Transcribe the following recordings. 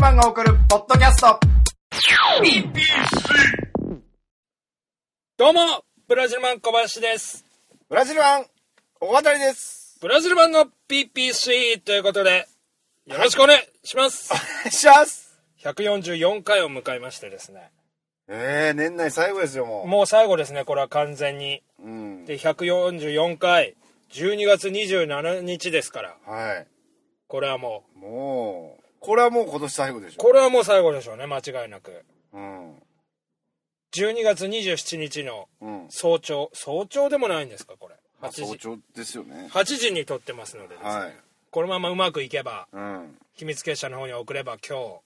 マンが送るポッドキャストどうもブラジルマン小林ですブラジルマン大当たりですブラジルマンの PPC ということでよろしくお願いしますお願いします144回を迎えましてですねえー、年内最後ですよ、ももう最後ですねこれは完全にう。うん。で144回12月27日ですからはい。これはもうもう、これはもう今年最後でしょ。これはもう最後でしょうね間違いなくうん。 12月27日のうん。早朝早朝でもないんですかこれまあ、 8早時朝ですよね。 8時に撮ってますのでですね、はい。このままうまくいけばうん。秘密結社の方に送れば今日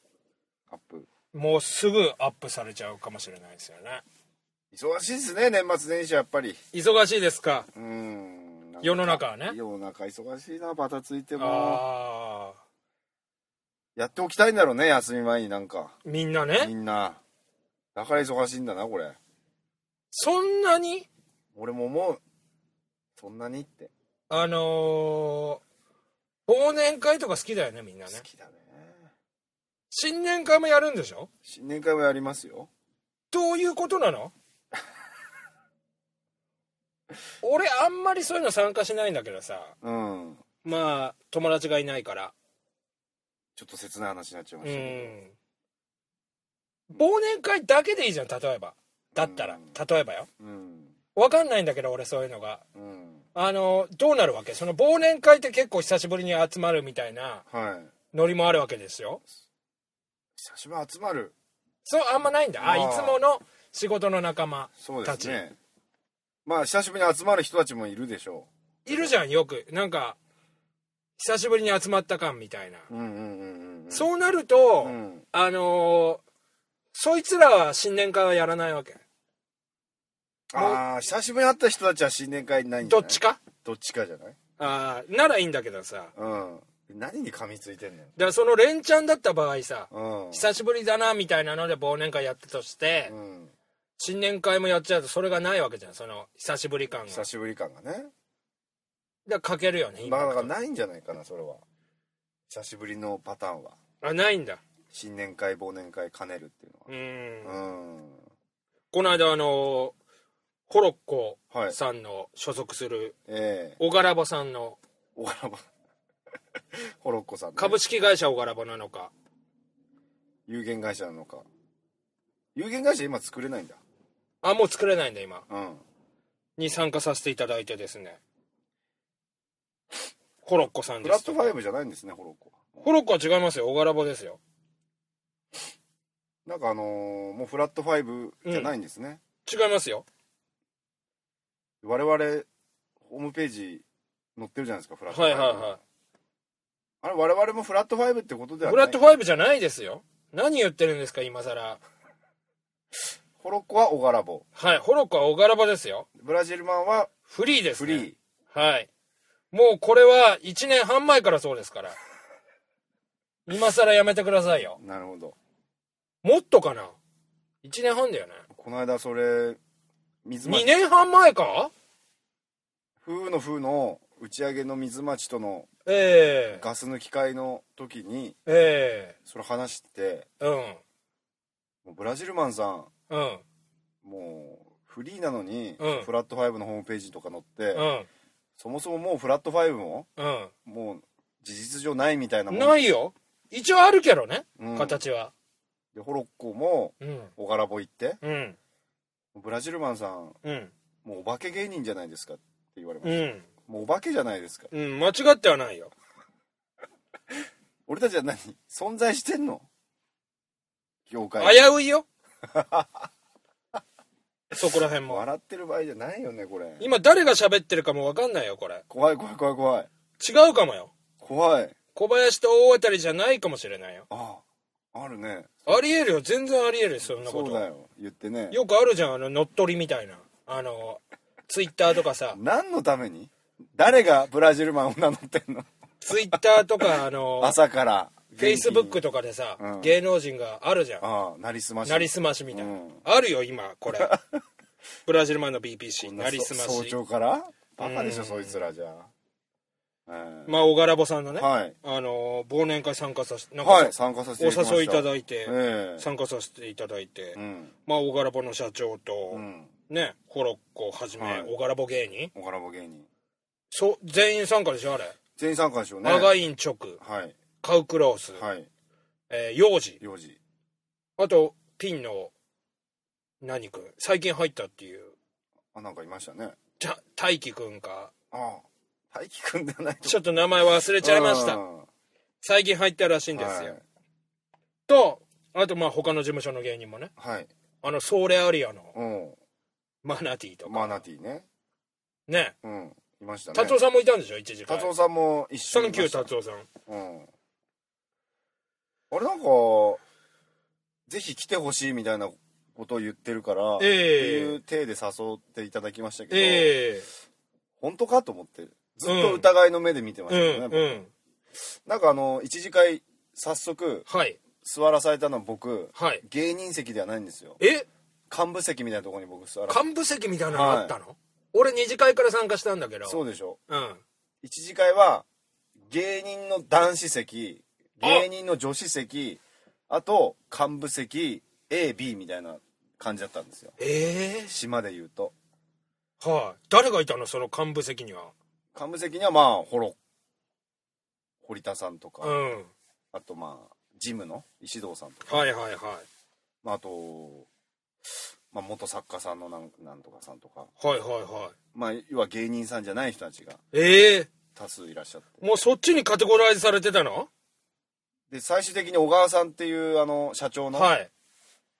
アップ。もうすぐアップされちゃうかもしれないですよね忙しいですね、年末年始やっぱり。忙しいですかうん。なんか世の中はね世の中忙しいな、バタついても。ああやっておきたいんだろうね、休み前になんか。みんなみねんな。だから忙しいんだな、これ。そんなに俺も思う。そんなにって。あのー忘年会とか好きだよねみんなね好きだね。新年会もやるんでしょ新年会もやりますよ。どういうことな の俺あんまりそういうの参加しないんだけどさうん。まあ友達がいないからちょっと切ない話になっちゃいうましたけん忘年会だけでいいじゃん例えばだったらうん例えばよど。うん。わかんないんだけど俺そういうのがうん。あのどうなるわけその忘年会って結構久しぶりに集まるみたいなはい。ノリもあるわけですよ久しぶりに集まる。そうあんまないんだああいーつもの仕事の仲間そうですね。まあ、久しぶりに集まる人たちもいるでしょいるじゃんよくなんか久しぶりに集まった感みたいな、う。うんうんうんうん。う。そうなると、うん。あのーそいつらは新年会はやらないわけああ、久しぶりに会った人たちは新年会ないんじどゃっないちかどっちかじゃないあーならいいんだけどさだかうん。何に噛みついてんのよ。らその連チャンだった場合さうん。久しぶりだなみたいなので忘年会やったとして、うん。新年会もやっちゃうとそれがないわけじゃんその久しぶり感が久しぶり感がね。だからかけるよねま今あ、だからないんじゃないかな、それは。久しぶりのパターンは。あないんだ新年会、忘年会兼ねるっていううーんのは。うん。この間あのホロッコはい。さんの所属するええ小柄ぼさんのおからば。 ホロッコさん、ね。株式会社小柄ぼなのか有限会社なのか有限会社今作れないんだあもう作れないんだ今うんに参加させていただいてですねホロッコさんフでラすットファイブじゃないんですねホロコホロッコは違いますよ小柄ぼですよなんかあのーもうフラットファイブじゃないんですね、違いますよ我々ホームページ載ってるじゃないですかフラットはファいイはブ、いはあれ我々もフラットファイブってことでいはフなラいットファイブじゃないですよ何言ってるんですか今さらホロコは小柄坊はいホロッコは小柄ぼですよブラジルマンはフリーですフねリー、はい。もうこれは1年半前からそうですから。今更やめてくださいよ。なるほどもっとかな ?1 年半だよね。この間それ水2町年半前か風の風の打ち上げの水町とのええガス抜き会の時にえそれ話してえもうブラジルマンさんうん。うん。もうフリーなのに、うんフラットファイブのホームページとか載って、うん。そもそももうフラットファイブもうもう事実上ないみたいなもん。んないよ。一応あるけどね。うん形は。でホロッコもうん。小柄ぼ行ってうん。ブラジルマンさんうん。もうお化け芸人じゃないですかって言われまうした、ん。もうお化けじゃないですかうん。間違ってはないよ。俺たちは何存在してんの業界に危ういよ。そこら辺も。笑ってる場合じゃないよねこれ今誰が喋ってるかもわかんないよ、これ。怖い怖い怖い怖い違うかもよ。怖い小林と大当たりじゃないかもしれないよあああるねありえるよ全然ありえるよそんなこそうだとよ言ってねよくあるじゃんあの乗っ取りみたいなあのツイッターとか さ何のために誰がブラジルマンを名乗ってんのツイッターとかあの朝からフェイスブックとかでさ、うん芸能人があるじゃんああなりすましなりすましみたいな、うんあるよ今 これブラジルマンの BPC なりすま早し朝からバカでしょそいつらじゃあえーまあ、小柄ぼさんのね、はい。あのー忘年会参加させて、なんかさ、はい、参加させてだきましたお誘いいただいて、ええ参加させていただいて、うん。まあ、小柄ぼの社長と、うん。ね、コロッコはじめ、はい小柄ぼ芸人、おからぼ芸人。そう、全員参加でしょ、あれ。全員参加でしょうね。アガい。インチョク、はい。カウクロース、はい。えー、幼児、幼児。あと、ピンの、何くん、最近入ったっていう、あ、なんかいましたね。じゃ、大輝くんか、ああ。大輝くんではないと。ちょっと名前忘れちゃいましうた。ん。最近入ったらしいんですよ。と、あと、まあ、他の事務所の芸人もね、はい。はい。あの、ソーレアリアのうん。マナティーとか、マナティね。ね、うん。いましたね。達夫さんもいたんでしょ、一時間達。夫さんも一緒サにンいキュまーした。達夫さん。うん。あれなんか、ぜひ来てほしいみたいなことを言ってるから、っていえう体で誘っていただきましたけえど、え本当かと思って、ずっと疑いの目で見てましたえようん、ね。うん。なんかあの、一次会、早速、はい、座らされたのは僕、はい。芸人席ではないんですよ。え幹部席みたいなところに僕座ら幹部席みたいなのあったの、俺二次会から参加したんだけど。そうでしょ。うん。一次会は、芸人の男子席、芸人の女子席、あと、幹部席、A、B みたいな感じだったんですよ。ええ島で言うとはい、誰がいたのその幹部席には。幹部席にはまあホロ堀田さんとか、うん。あとまあジムの石堂さんとか、はいはいはまあ、あと、まあ、元作家さんのなんなんとかさんとか、い。はいはいはい。まあ、要は芸人さんじゃない人たちがええ多数いらっしゃってもうそっちにカテゴライズされてたので最終的に小川さんっていうあの社長のはい。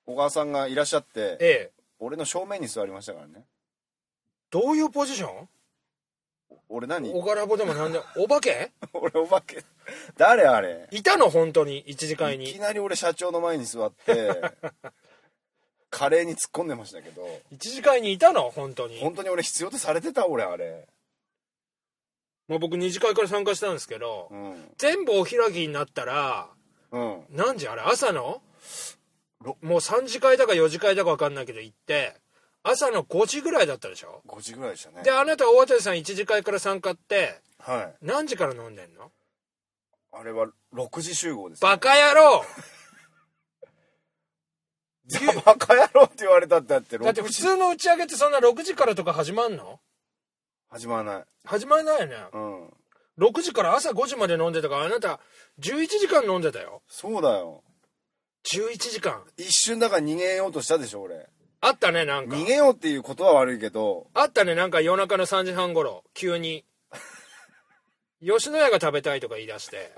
小川さんがいらっしゃってええ俺の正面に座りましたからねどういうポジション俺何おがらぼでもなんで、お化け 俺お化け誰あれいたの本当に、一次会いにき。なり俺社長の前に座って カレーに突っ込んでましたけど一次会にいたの本当に。本当に俺必要とされてた俺あれまあ僕二次会から参加したんですけど、うん全部お開きになったら、うん何時あれ朝のろもう3次会だか4次会だか分かんないけど行って、朝の5時ぐらいだったでしょ5時ぐらいでしたねで、あなた大渡さん1次会から参加って、はい何時から飲んでんのあれは6時集合です、バカ野郎じゃあ バカ野郎って言われたってだってだって6普時通の打ち上げってそんな6時からとか始まんの始まらない始まらないよね。うん6時から朝5時まで飲んでたから、あなた11時間飲んでたよ。そうだよ11時間。一瞬だから逃げようとしたでしょ俺あったね、なんか。逃げようっていうことは悪いけどあったね、なんか夜中の3時半頃、急に。吉野家が食べたいとか言い出 して。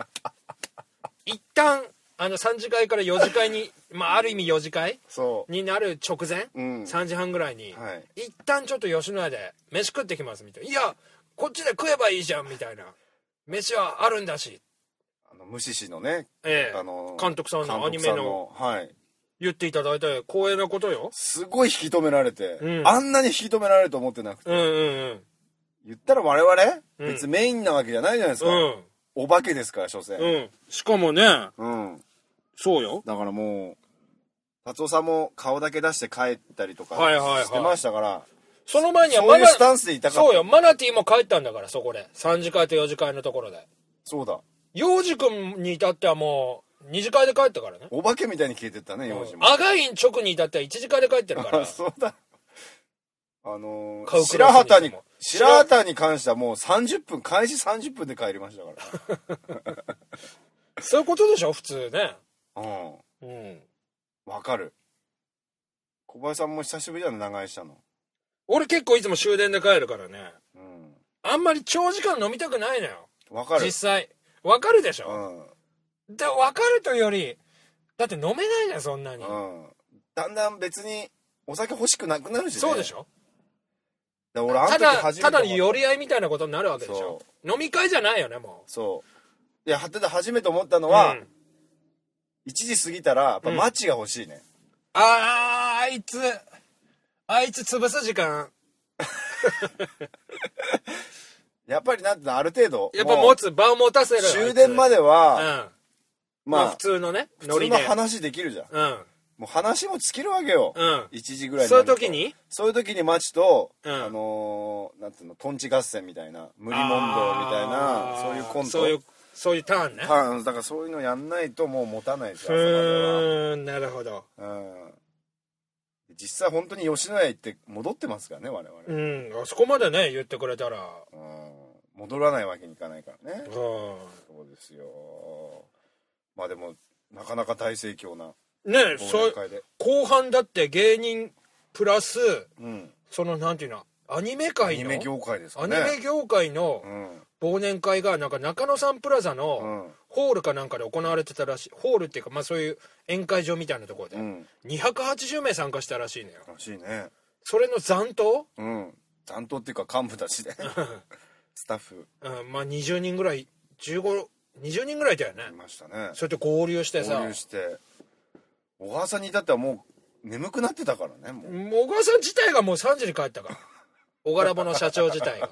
一旦、あの3次会から4次会に、まあある意味4次会そになる直前、ううん3時半ぐらいに、はい一旦ちょっと吉野家で飯食ってきますみたいな「いやこっちで食えばいいじゃん」みたいな「飯はあるんだしあの無視しのね、」ええあの監督さんのアニメ監督さんのはい言っていただいて光栄なことよすごい引き止められて、うんあんなに引き止められると思ってなくてうんうん言ったら我々、うん別にメインなわけじゃないじゃないですうか、んお化けですから所詮うんうんしかもねうんそうよだからもう達夫さんも顔だけ出して帰ったりとかはいはいはいしてましたから、その前にはそうマいうナスタンスでいたかったそうよマナティーも帰ったんだからそこで3次会と4次会のところでそうだ陽次君に至ってはもう2次会で帰ったからねお化けみたいに消えてったね幼児もアガイン直に至っては1次会で帰ってるか らそうだ あのー買うク白ラスに畑にしても白畑に関してはもう30分開始30分で帰りました かそういうことでしょ普通ねらうんうんわかる小林さんも久しぶりだね長居したの俺結構いつも終電で帰るからねうんあんまり長時間飲みたくないのよわかる実際わかるでしうょ、んでわかるというよりだって飲めないじゃんそんなに、うんだんだん別にお酒欲しくなくなるしねそうでしょだから俺たあの時だ初めてただ思った寄り合いみたいなことになるわけでしょ飲み会じゃないよねもそういやただ初めて思ったのう、は、うん一時過ぎたらやっぱうんマッチが欲しいね、あーあいつあいつ潰す時間やっぱりなんていうのある程度やっぱも持うつ場を持たせる終電まででうんは、ままああ普通のね普ノ通リので話できるじゃんうんもう話も尽きるわけよ、うん1時ぐらいにそうないるうと時にそういう時にマッチと、うんあのーなんていうのトンチ合戦みたいな無理問答みたいなあーコントそういうそういうターンねあだからそういうのやんないともう持たないですうよ朝までーんなるほどは、うん、実際本当に吉野家行って戻ってますからね我々、うんあそこまでね言ってくれたらうん、戻らないわけにいかないからね、うそうですよまあでもなかなか大盛況なんねえ忘そう年会で後半だって芸人プラスうんそのなんていうのアニメア界のニメ業界ですアかニねメ業界のうん忘年会がなんか中野サンプラザうのんホールかなんかで行われてたらしいホールっていうかまあそういう宴会場みたいなところでうん280名参加したらしいのよらしいねそれの残党、うん担当っていうか幹部たちで スタッフうん、まあ20人ぐらい1520人ぐらいだよねいましたねそうやって合流してさ合流して小川さんに至ってはもう眠くなってたからねもうもう小川さん自体がもう3時に帰ったから小柄坊の社長自体が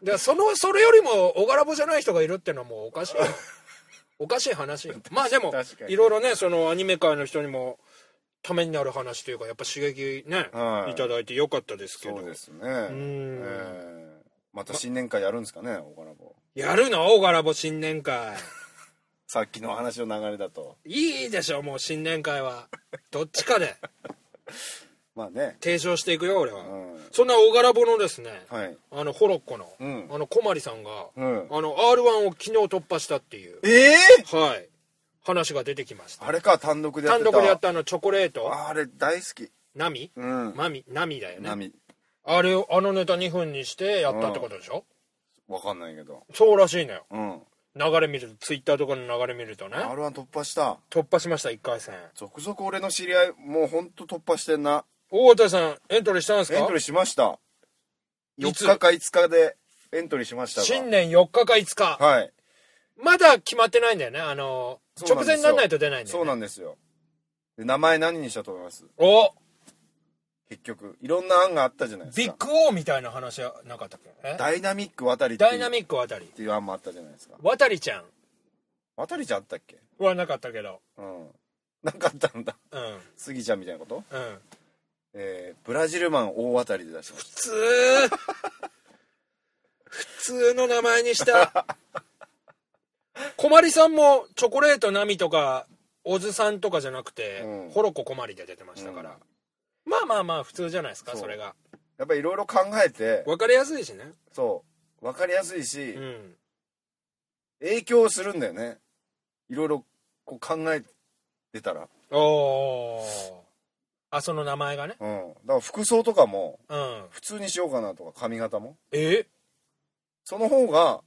でそのそれよりも小柄坊じゃない人がいるってのはもうおかしいよおかしい話よまあでも確かにいろいろねそのアニメ界の人にもためになる話というかやっぱ刺激ね、はいい、ただいてよかったですけどそうですねええまた新年会やるんですかね小柄坊やるの小柄坊新年会さっきの話の流れだといいでしょもう新年会はどっちかでまあね提唱していくよ俺は、うんそんな小柄坊のですね、はいあのホロッコの、うんあの小まりさんが、うんあの r 1を昨日突破したっていうええはい話が出てきましたあれか単独でやっ単てた独でやったあのチョコレートあれ大好きナミうんマミナミだよね波あれをあのネタ2分にしてやったってことでしょ、わかんないけどそうらしいのようん流れ見るとツイッターとかの流れ見るとね R1 突破した突破しました1回戦続々俺の知り合いもうほんと突破してんな大渡さんエントリーしたんですエンかトリーしました4いつ日か5日でエントリーしましたが新年4日か5日、はいまだ決まってないんだよねあのそうな直ん前ですよにならないと出ないんだよ、ね、そうなんですよで名前何にしたと思いますお結局いろんな案があったじゃないですビッかグオーみたいな話はなかったっけえダイナミック渡りってダイいうナっミック渡りていう案もあったじゃないですか渡りちゃん渡りちゃんあったっけはなかったけどうんなかったんだうんうんスギちゃんみたいなことえーブラジルマン大渡りで出しまし普通普通の名前に した小まりさんもチョコレートナミとか小津さんとかじゃなくて、うんホロコ小まりで出てましたから、まあまあまあ普通じゃないですかそそうれがたやっぱりいろいろ考えて分かりやすいしねそう分かりやすいし、うん影響するんだよねいろいろこう考えてたらおおあその名前がねうんだから服装とかもうん普通にしようかなとか髪型もえその方が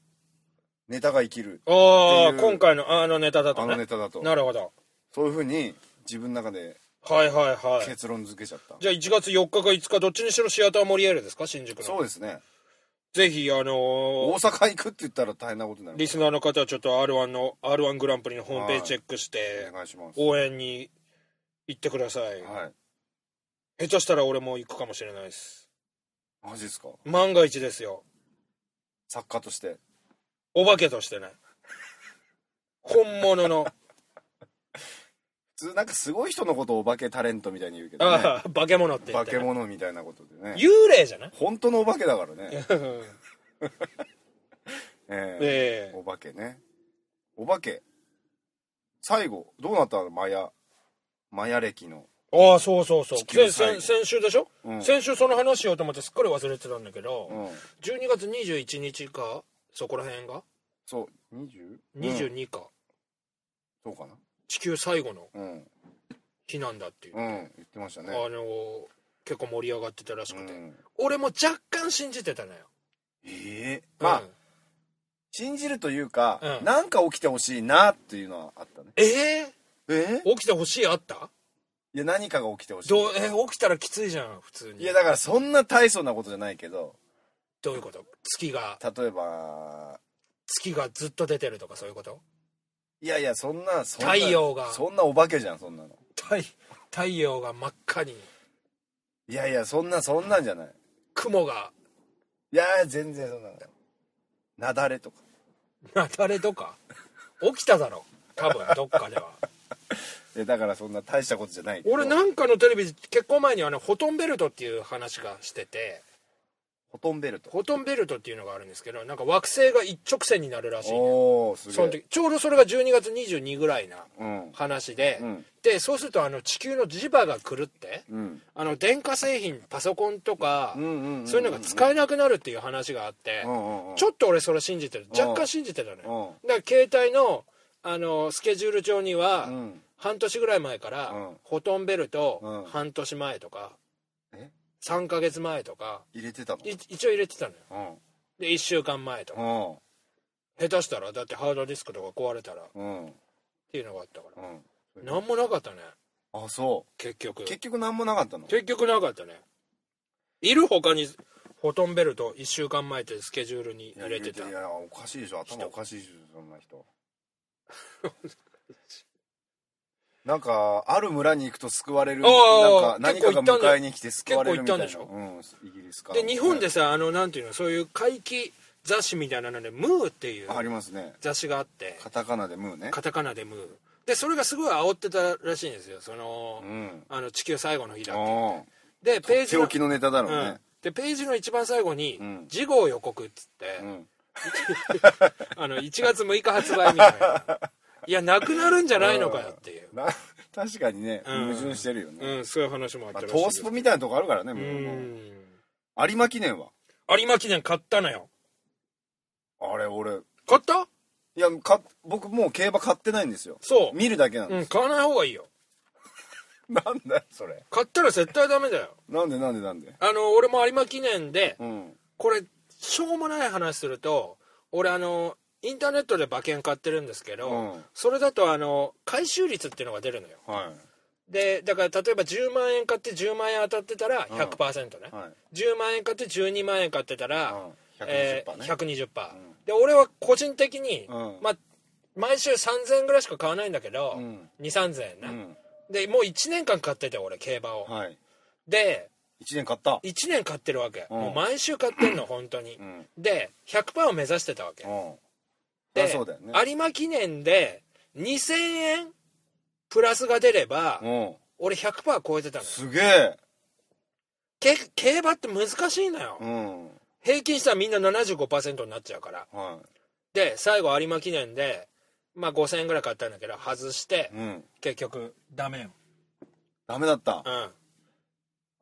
ネタが生きるああっていう今回のあのネタだあとのねネタだとなるほどそういうふうに自分の中ではいはいはい結論付けちゃった、じゃあ1月4日か5日どっちにしろシアターモリエールですか新宿のそうですねぜひあの大ー阪行くって言ったら大変なことになるリスナーの方はちょっと r 1の r 1グランプリのホームページチェックしてお願いします応援に行ってください、はい下手したら俺も行くかもしれないですマジですか万が一ですよ作家としてお化けとしてね 本物 の普通なんかすごい人のことをお化けタレントみたいに言うけど、ね、ああ化け物って言っ化てけね、物みたいなことでね幽霊じ ゃない本当のお化けだからね、ええええお化けねお化け最後どうなったのマヤマヤ歴のああそうそうそう地球先最後先先週でしょ、うん先週その話しようと思ってすっかり忘れてたんだけど、うん12月21日かそこら辺がそう20 2 22か、そうかな地球最後のうん日なんだっていう、うん言ってましたねあのー結構盛り上がってたらしうくて、ん俺も若干信じてたのよ、ええうんまあ、信じるというか、うんなんか起きてほしいなっていうのはあったねえーえ起きてほしいあったいや何かが起きてほしいどうえー起きたらきついじゃん普通にいやだからそんな大層なことじゃないけどどういうこと月が例えば月がずっと出てるとかそういうこといやいやそんなそんな太陽がそんなお化けじゃんそんなの太太陽が真っ赤にいやいやそんなそんなんじゃない雲がいやー全然そんなのなだれとかなだれとか起きただろ多分どっかで はえだからそんな大したことじゃないけど俺なんかのテレビで結婚前にあのホトンベルトっていう話がしててホトンベルトホトンベルトっていうのがあるんですけどなんか惑星が一直線になるらしいね、おおすそのげえ時ちょうどそれが12月22ぐらいなうん話で、うんでそうするとあの地球の磁場が狂ってうんあの電化製品パソコンとか、うんうんうんうんそういうのが使えなくなるっていう話があって、うんうんちょっと俺それ信じてるうん若干信じてたのよ、うだから携帯のあのスケジュール帳には、んうん半年ぐらい前から、うんほとんべるうんと半年前とか、え3ヶ月前とか入れてたのい一応入れてたのようんで1週間前とか、下手したらだってハードディスクとか壊れたらっうんうんていうのがあったからうん何もなかったねあそ結局う結局何もなかったの結局なかったねいる他にほとんべると1週間前ってスケジュールに入れてたいやおかしいでしょ頭おかしいでしょそんな人なんかある村に行くと救われるあなんーか何か結が構行ったんだ迎えに来て救われるみたいな結構うんイギリスかで日本でさあのなんていうのそういう怪奇雑誌みたいなので「ムー」っていうあありますね雑誌があってカタカナでムーねカタカナで「ムー」でそれがすごい煽ってたらしいんですよその,、うんあの地球最後の日だってあでペーあジの狂気のネタだろううねん、でページの一番最後にうん「事後予告」っつって、うんあの1月6日発売みたい ないやなくなるんじゃないのかよっていう、な確かにねうん矛盾してるよねうん、そういう話もあっまたあらトしいでーすスけポどみたいなとこあるからねムうーもん有馬記念は有馬記念買ったのよあれ俺買ったいやか僕もう競馬買ってないんですよそ見るだけなんう、うでん、す、買わない方がいいよなんだよそれ買ったら絶対ダメだよなんでなんでなんであの俺も有馬記念でうんこれしょうもない話すると俺あのインターネットで馬券買ってるんですけど、うんそれだとあの回収率っていうのが出るのよはでだから例えば10万円買って10万円当たってたら100%ね、いはい10万円買って12万円買ってたら、うんえ120%ねー120%んで俺は個人的に、うんまあ、毎週3000円ぐらいしか買わないんだけど、うん23000円うね、んでもう1年間買ってて俺競馬を、はいで1年買った1年買ってるわけ、うんもう毎週買ってんの本当に、うんで100%を目指してたわけ、うんあでそうだよね有馬記念で2000円プラスが出れば、うん俺100%超えてたのよすげえけ競馬って難しいのよ、うん平均したらみんな75%になっちゃうからはで最後有馬記念で、まあ、5000円ぐらい買ったんだけど外していうん結局ダメよダメだったうん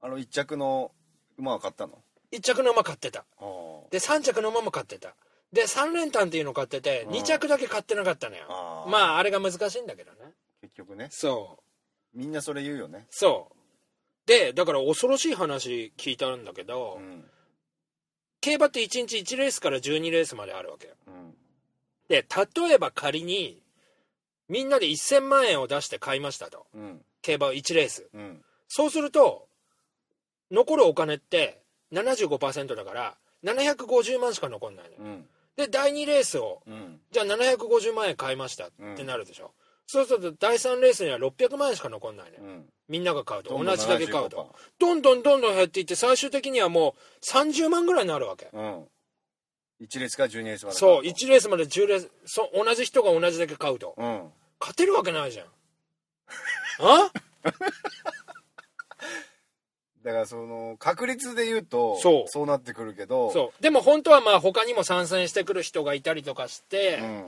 あの一着の馬は買ったの1着の馬買ってたあで3着の馬も買ってたで3連単っていうの買っててうん2着だけ買ってなかったのよあーまああれが難しいんだけどね結局ねそうみんなそれ言うよねそうでだから恐ろしい話聞いたんだけど、うん競馬って1日1レースから12レースまであるわけようんで例えば仮にみんなで1000万円を出して買いましたとうん競馬1レースうんそうすると残るお金って75%だから750万しか残んないのようんで第2レースをうんじゃあ750万円買いましたってなるでしょ、そうすると第3レースには600万円しか残んないね、うんみんなが買うと同どんどんじだけ買うと75%どんどんどんどん減っていって最終的にはもう30万ぐらいになるわけうん1列から12列まで買そうと1レースまで10レースそ同じ人が同じだけ買うとうん勝てるわけないじゃ んあだからその確率で言うとそうそうなってくるけどそうでも本当はまあ他にも参戦してくる人がいたりとかして、うん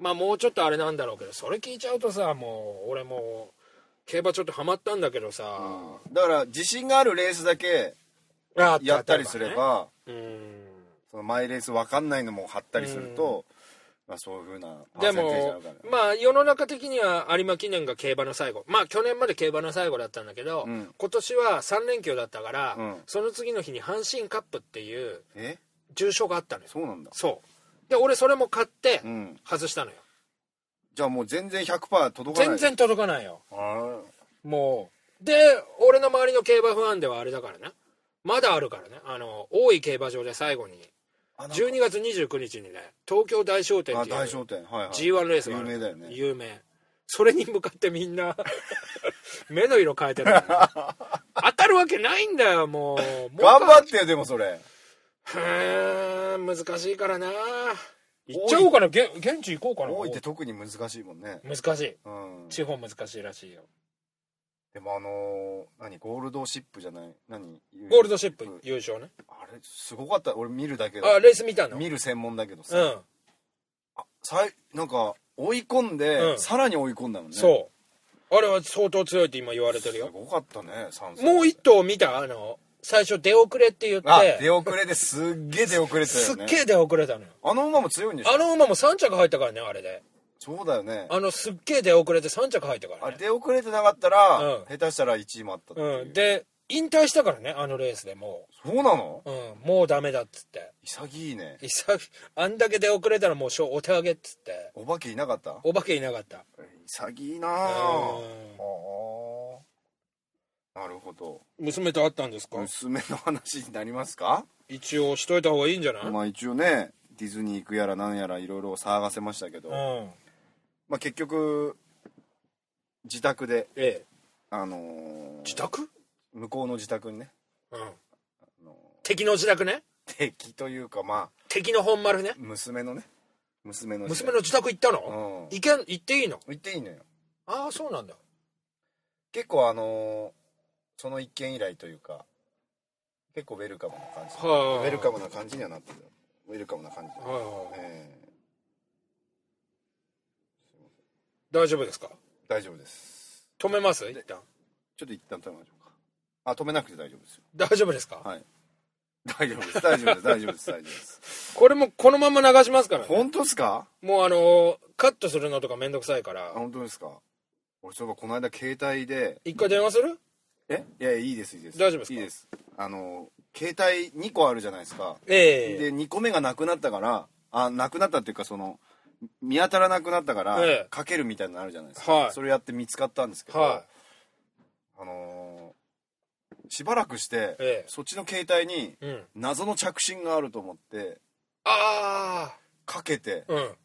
まあもうちょっとあれなんだろうけどそれ聞いちゃうとさもう俺もう競馬ちょっとハマったんだけどさ、だから自信があるレースだけあやったりすれねばうんそのマイレース分かんないのも張ったりすると、まあ、そういうふうなパでーセンテージになもるからねまあ世の中的には有馬記念が競馬の最後まあ去年まで競馬の最後だったんだけど、うん今年は3連休だったから、うんその次の日に阪神カップっていうえ重賞があったのよそうなんだそうで俺それも買ってうん外したのよ、じゃあもう全然100%届かな全い然届かないよあもうで俺の周りの競馬ファンではあれだからねまだあるからねあの大井競馬場で最後にあなんか12月29日にね東京大商店あっていう大商店はいはい G1 レースがある有名だよね有名それに向かってみんな 目の色変えてる よね、当たるわけないんだよもうもう頑張ってよでもそれへー難しいからな行っちゃおうかなげ現地行こうかな多いって特に難しいもんね難しいうん地方難しいらしいよでもあのー何ゴールドシップじゃない何ゴールドシップ優勝ねあれすごかった俺見るだけだあレース見たの見る専門だけどうさ、んさいなんか追い込んで、うんさらに追い込んだもんねそうあれは相当強いって今言われてるよすごかったね三もう一頭見たあの最初出遅れって言っあて出遅れですっげえ出遅れてたすよっねげえ出遅れたのよあの馬も強いんでしょあの馬も3着入ったからねあれでそうだよねあのすっげえ出遅れて3着入ったかあられね出遅れてなかったら、うん下手したら1位もあったっていうう、んで引退したからねあのレースでもそうなのう、うん、もうダメだっつって潔いね潔いあんだけ出遅れたらもう賞お手上げっつってお化けいなかったお化けいなかった潔いなあうんああなるほど娘と会ったんですか娘の話になりますか一応しといた方がいいんじゃない、まあ一応ねディズニー行くやらなんやらいろいろ騒がせましたけど、うんまあ結局自宅でええあのー自宅、向こうの自宅にねうん、あの敵の自宅ねー敵というかまあ敵の本丸ね娘のね娘の娘の自宅行ったの、のうん行けん行っていいの言っていいのよああそうなんだ結構あのーその一件以来というか結構ウェルカムな感じはあウェルカムな感じにはなってるウェルカムな感じだ、はいはいはいええ大丈夫ですか大丈夫です止めます一旦ちょっと一旦止めましょうかあ止めなくて大丈夫ですよ大丈夫ですか、はい大丈夫です大丈夫です大丈夫です大丈夫です これもこのまま流しますから、ね、本当ですかもうあのーカットするのとかめんどくさいかあら本当ですか俺そういえばこの間携帯で一回電話するえいやいいですいいです大丈夫ですかいいですあの携帯2個あるじゃないですかええで2個目がなくなったからあなくなったっていうかその見当たらなくなったから、ええかけるみたいなのあるじゃないですか、はいそれやって見つかったんですけど、はあのーしばらくして、ええそっちの携帯にい、うん、謎の着信があると思ってああかけてうん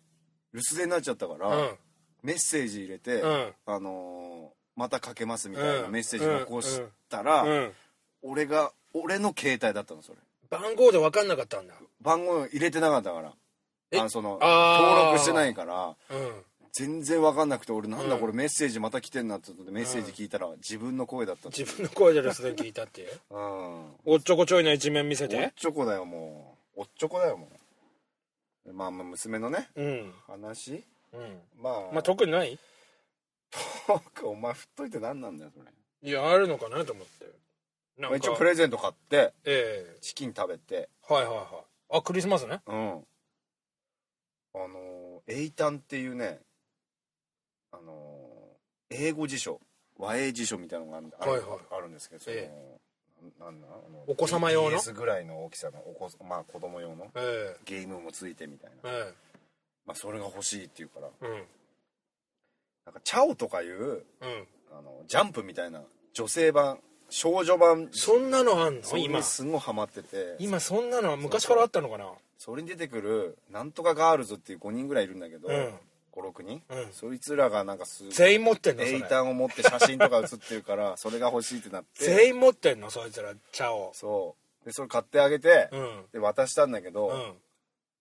留守電になっちゃったから、うんメッセージ入れて、うんあのーまたかけますみたいなうんメッセージ残したら、うん俺が俺の携帯だったのそれ番号で分かんなかったんだ番号入れてなかったからえあのそのあー登録してないからうん全然わかんなくて俺なんだうんこれメッセージまた来てんなってことでメッセージ聞いたら自分の声だった自分の声で留守電聞いたっていううんおっおっちょこちょいな一面見せてちょこだよもうおっちょこだよもうまあまあ娘のねうん話うんまあまあ特にない特お前振っといて何なんだよそれいやあるのかなと思ってなんまあか一応プレゼント買ってええチキン食べてはいはいはいあクリスマスねうんあのーエイタンっていうねあのー英語辞書和英辞書みたいなのがある,ある、はいはいあるんですけどその、えなんなんあのお子様用の BS ぐらいの大きさのお子まあ子供用のえゲームもついてみたいな、ええまあ、それが欲しいっていうからえうんなんかチャオとかいううんあのジャンプみたいな女性版少女版そんなのあんそのれ今にすごいハマってて今そんなのは昔からあったのかなそれに出てくるなんとかガールズっていう5人ぐらいいるんだけど、うん56人、うんそいつらがなんかす全員持ってんのそエイれタンを持って写真とか写ってるか らそれが欲しいってなって全員持ってんのそいつらチャオそうでそれ買ってあげて、うんで渡したんだけど、うん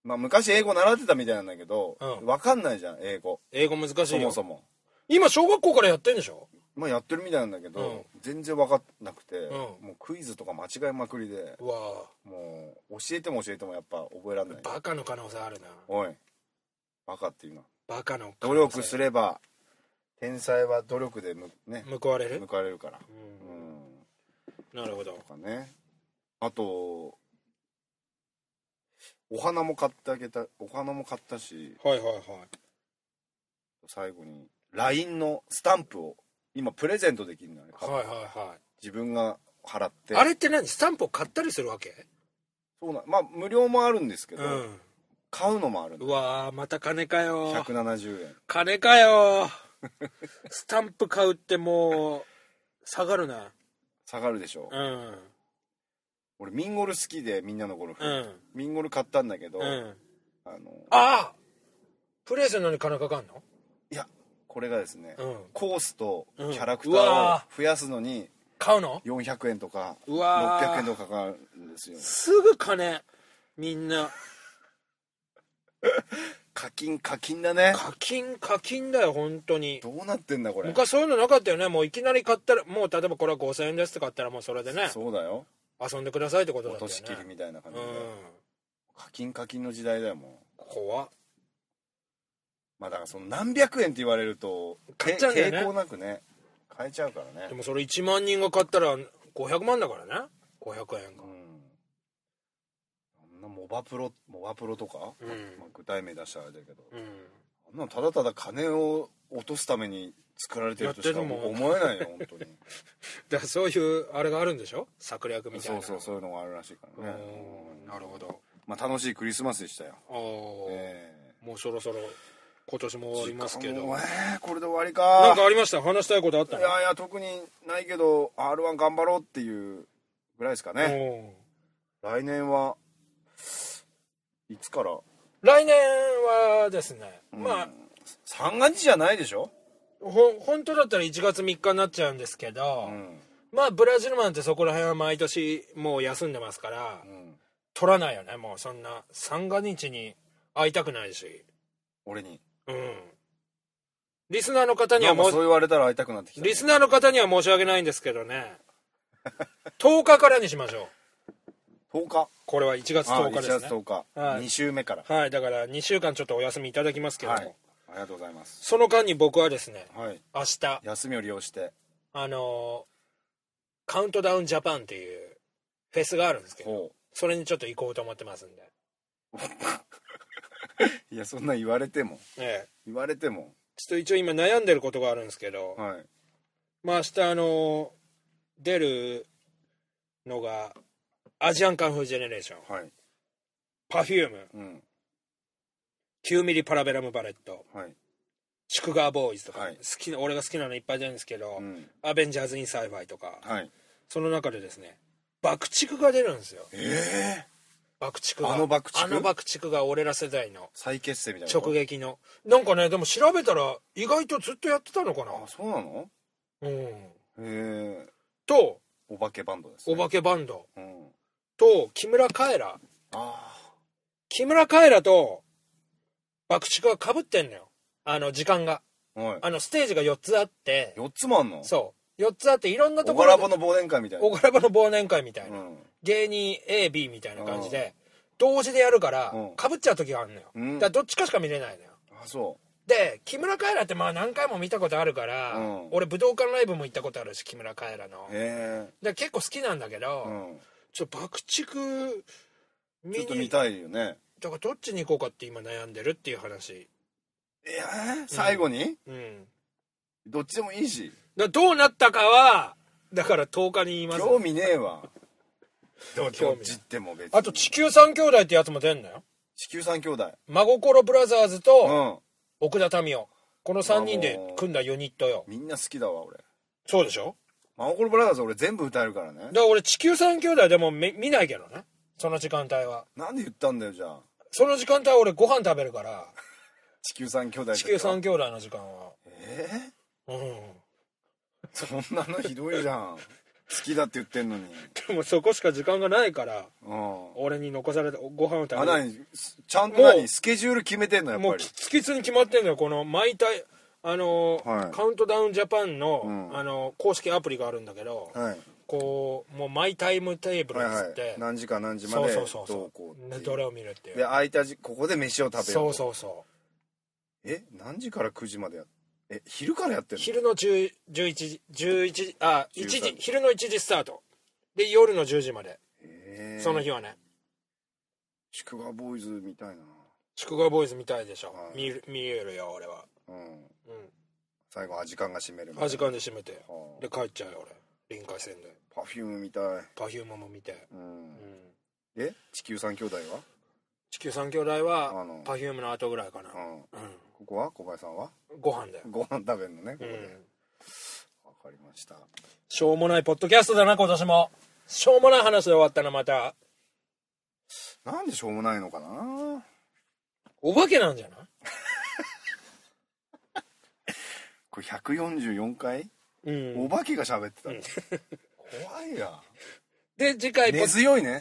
まあ、昔英語習ってたみたいなんだけど、うんわかんないじゃん英語英語難しいよそもそも、今小学校からやってんでしょまあ、やってるみたいなんだけど、全然わかんなくて、んもうクイズとか間違いまくりでうわあもう教えても教えてもやっぱ覚えられないバカの可能性あるなおいバカっていうなバカの可努能性力すれば天才は努力でむね報われる報われるからううんんなるほどとかねあとお花も買ってあげたお花も買ったしはいはいはい最後に LINE のスタンプを今プレゼントできるのよはいはいは自分が払っていあれって何スタンプを買ったりするわけそうなんまあ無料もあるんですけど、うん買うのもあるのうわあまた金かよ170円金かよスタンプ買うってもう下がるな下がるでしょ、うん俺ミンゴル好きでみんなのゴルフ、うんミンゴル買ったんだけど、うんあのああプレイするのに金かかんのいやこれがですね、うんコースとキャラクタうんうーをわ増やすのに買うの400円とかうわー600円とかかかるんですよすぐ金みんな課金課金だね課金課金だよ本当にどうなってんだこれ昔そういうのなかったよねもういきなり買ったらもう例えばこれは5000円ですって買ったらもうそれでねそうだよ遊んでくださいってことだ落ったとよねしきりみたいな感じうで、ん課金課金の時代だよもう怖っまあだからその何百円って言われると買っちゃうんだよね抵抗なくね買えちゃうからでねもそれ1万人が買ったら500万だからね500円うがんあんなモバプロモバプロとか、うんまあ具体名出したらあれだけど、うんあんなのただただ金を落とすために作られてるとしかやってるもん思えないよ本当にだからそういうあれがあるんでしょ策略 みたいそなうそうそういうのがあるらしいからねおーなるほどまあ楽しいクリスマスでしたよおーえもうそろそろ今年も終えわりますけ時間どもええこれで終わりなかんかありました話したいことあったいのやいや特にないけど r 1頑張ろうっていうぐらいですかねうん来年はいつから来年はですね、まあ三が日じゃないでしょほ本当だったら1月3日になっちゃうんですけど、んまあブラジルマンってそこら辺は毎年もう休んでますから、うん取らないよねもうそんな三が日に会いたくないし俺にうんリスナーの方いにやはももうそうう言われたら会いたくなってきたリスナーの方には申し訳ないんですけどね 10日からにしましょう10日これは1月あ10 1日です月ね10日はい2週目からはいだから2週間ちょっとお休みいただきますけども、はいありがとうございますその間に僕はですねはい明日休みを利用してあのーカウントダウンジャパンっていうフェスがあるんですけどほそれにちょっと行こうと思ってますんでういやそんな言われてもええ言われてもちょっと一応今悩んでることがあるんですけど、はいまあ明日あの出るのがアジアンカンフージェネレーションはいパフュームうん9ミリパラベラムバレットはいチクガーボーイズとか、はい好きな俺が好きなのいっぱい出るんですけど、うんアベンジャーズ・イン・サイファイとかはいその中でですね爆竹が出るんですよええ爆竹があの爆竹あの爆竹が俺ら世代の再結成みたいなこと直撃のなんかねでも調べたら意外とずっとやってたのかあそうなのなうんへえとお化けバンドですおね化けバンドうんと木村カエラあ木村カエラと爆竹がかぶってんのよあの時間があはいあのステージが4つあって4つもあんのそう4つあっていろんなとおこがろらでぼの忘年会みたいなおがらばの忘年会みたいうな、ん芸人 AB みたいな感じで同時でやるからうんかぶっちゃう時があるのよ、うんだからどっちかしか見れないのよあそで木村カエラってまあ何回も見たことあるから、うん俺武道館ライブも行ったことあるし木村カエラのうへえで結構好きなんだけど、うんちょっと爆竹見ちにょっと見たいよねだからどっちに行こうかって今悩んでるっていう話ええ最後にうんどっちでもいいしだからどうなったかはだから10日に言います興味ねえわ どど興味ないっちっても別にあと地球三兄弟ってやつも出んのよ地球三兄弟真心ブラザーズうとん奥田民生この3人で組んだユニットよみんな好きだわ俺そうでしょマオコロブラザーズ俺全部歌えるからねだから俺地球三兄弟でも見見ないけどねその時間帯はなんで言ったんだよじゃあその時間帯俺ご飯食べるから地球三兄弟地球三三兄弟の時間はええうんそんなのひどいじゃん好きだって言ってんのにでもそこしか時間がないからうん俺に残されたご飯を食べある何すちゃんともう何スケジュール決めてんのやっもうぱりきつきつに決まってんのよこの毎回あのー、はいカウントダウンジャパンの、うんあのー公式アプリがあるんだけど、はいこうもうマイタイムテーブルはっいつはって、い何時から何時まそうでそどううそうこそうう、ってねいうどれを見るっていでう空いた時ここで飯を食べようそうとそうそうえ何時から9時までやっえ昼からやってんの昼の10 11時11時あ1 13時昼の1時スタートで夜の10時まで、えその日はねチクガボーイズみたいな祝賀ボーイズ見たいでしょ、はい見る見えるよ俺はうんう最後は時間が締めるみんたあい時な間で閉めてはあで帰っちゃうよ俺臨海線でパフュームみたいパフュームも見て、ううんん、え地球三兄弟は地球三兄弟あはのパフュームの後ぐらいかなうんうここは小林さんはんご飯だよ、ご飯食べるのねここうでん、わかりましたしょうもないポッドキャストだな今年もしょうもない話で終わったなまたなんでしょうもないのかなお化けなんじゃないこれ144回うんお化けが喋ってたの怖いやで次回ポ根ッ強いね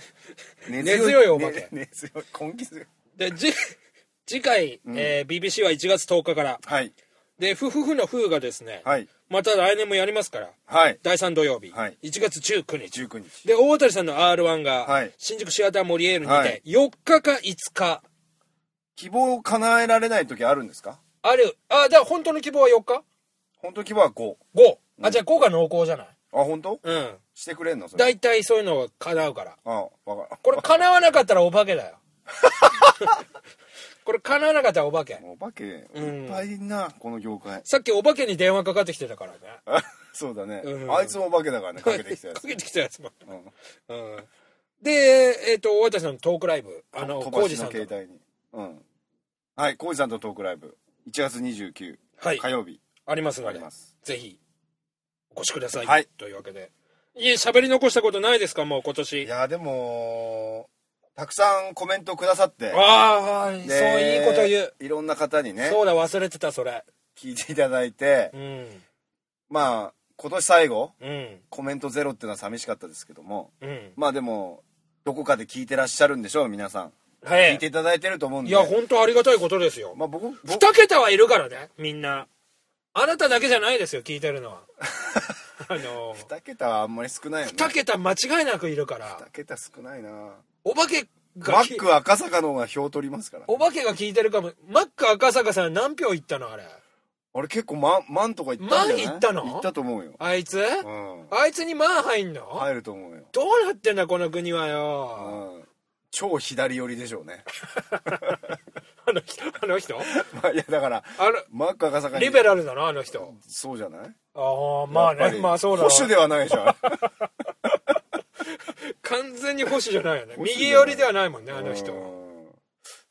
根根強いお化けね根強い根気強いでじ次回、えー BBC は1月10日から。はいで、ふふふのふがですね、はいまた来年もやりますから、はい第3土曜日、はい1月19日。 19日で、大谷さんの R1 が、はい新宿シアターモリエールにて、はい4日か5日、希望を叶えられない時あるんですかある、あ、だから本当の希望は4日本当希望は5 ?5。あ、じゃあ5が濃厚じゃないあ本当うん。してくれんのそれ大体そういうのが叶うから。あわかこれ叶わなかったらお化けだよ。 これ叶わなかったらお化ける。お化けんいっぱいいんなこの業界さっきお化けに電話かかってきてたからね。そうだねうんあいつもお化けだからねかけてきたやかつけてきたやつも。うんうん。で、えっ、と、大谷さんのトークライブ、あの、飛コばウしジさのんと携。帯にうんはい浩二さんとトークライブ1月29はい火。曜日ありますあのりでま、すぜひ、お越しください。はいというわけで。いえ、喋り残したことないですかもう今い年。やでもたくさんコメントくださってああ、そう、いいでこと言う。いろんな方にねそうだ、忘れてた、それ。聞いていただいてうん。まあ今年最後うん。コメントゼロっていうのは寂しかったですけどもうん。まあでもどこかで聞いてらっしゃるんでしょう皆さんは聞いいて。いただいてると思うんでいや、本当ありがたいことですよ。まあ僕僕二桁はいるからね、みんな。あなただけじゃないですよ、聞いてる のは。あの、 2桁はあんまり少ないよね二桁間違いなくいるから2、桁少ないなお化けマがきック赤坂の方が票取りますからお化けが聞いてるかも。マック赤坂さん何票いったのあれ。あれ結構万万とか行ったんじゃない万行ったの行ったと思うよあいつうんあいつにマン入んの、入ると思うよどうなってんだ、この国はうよ。ん超左寄りでしょうねあの人、あの 人まあいやだからあマック赤坂の、にリベラルだな、あの人。そうじゃないああ、まあやっぱね、りまあそうだわ保守ではないでし ょあれ完全に保守じゃないよね。守じゃない右寄りではないもんね、あの人う。んだ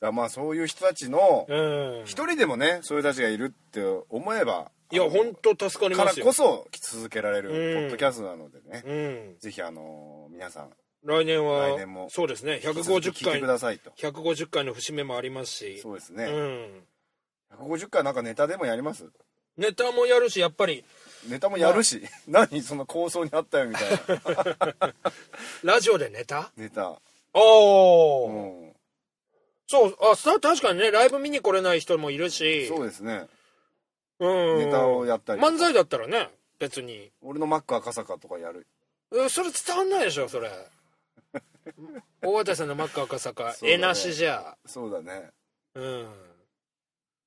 からまあそういう人たちのうん。一人でもねそういう人たちがいるって思えばいや、本当助かりかまらすよ。こそ続けられるポうんッドキャストなのでねうん。ぜひあのー皆さん来年は来年もそうですね引き続き聞い150てく回ださいと150回の節目もありますしそうですうねん150回なんかネタでもやりますネタもやるしやっぱりネタもやるし何その構想にあったよみたいな ラジオでネタネタおおう、うんそうあさ確かにねライブ見に来れない人もいるしそうですねうんネタをやったり漫才だったらね別に俺のマック赤坂とかやるえそれ伝わんないでしょそれ 大渡さんのマック赤坂、そうだねえなしじゃそうだねうん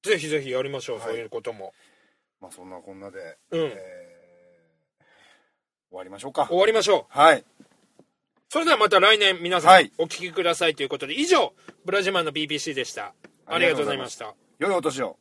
ぜひぜひやりましょう、はいそういうこともまあそんなこんなでうん、えー終わりましょうか終わりましょうはいそれではまた来年皆さはんいお聞きくださいということで、以上、ブラジマンの BBC でした。ありがとうございました。良いお年を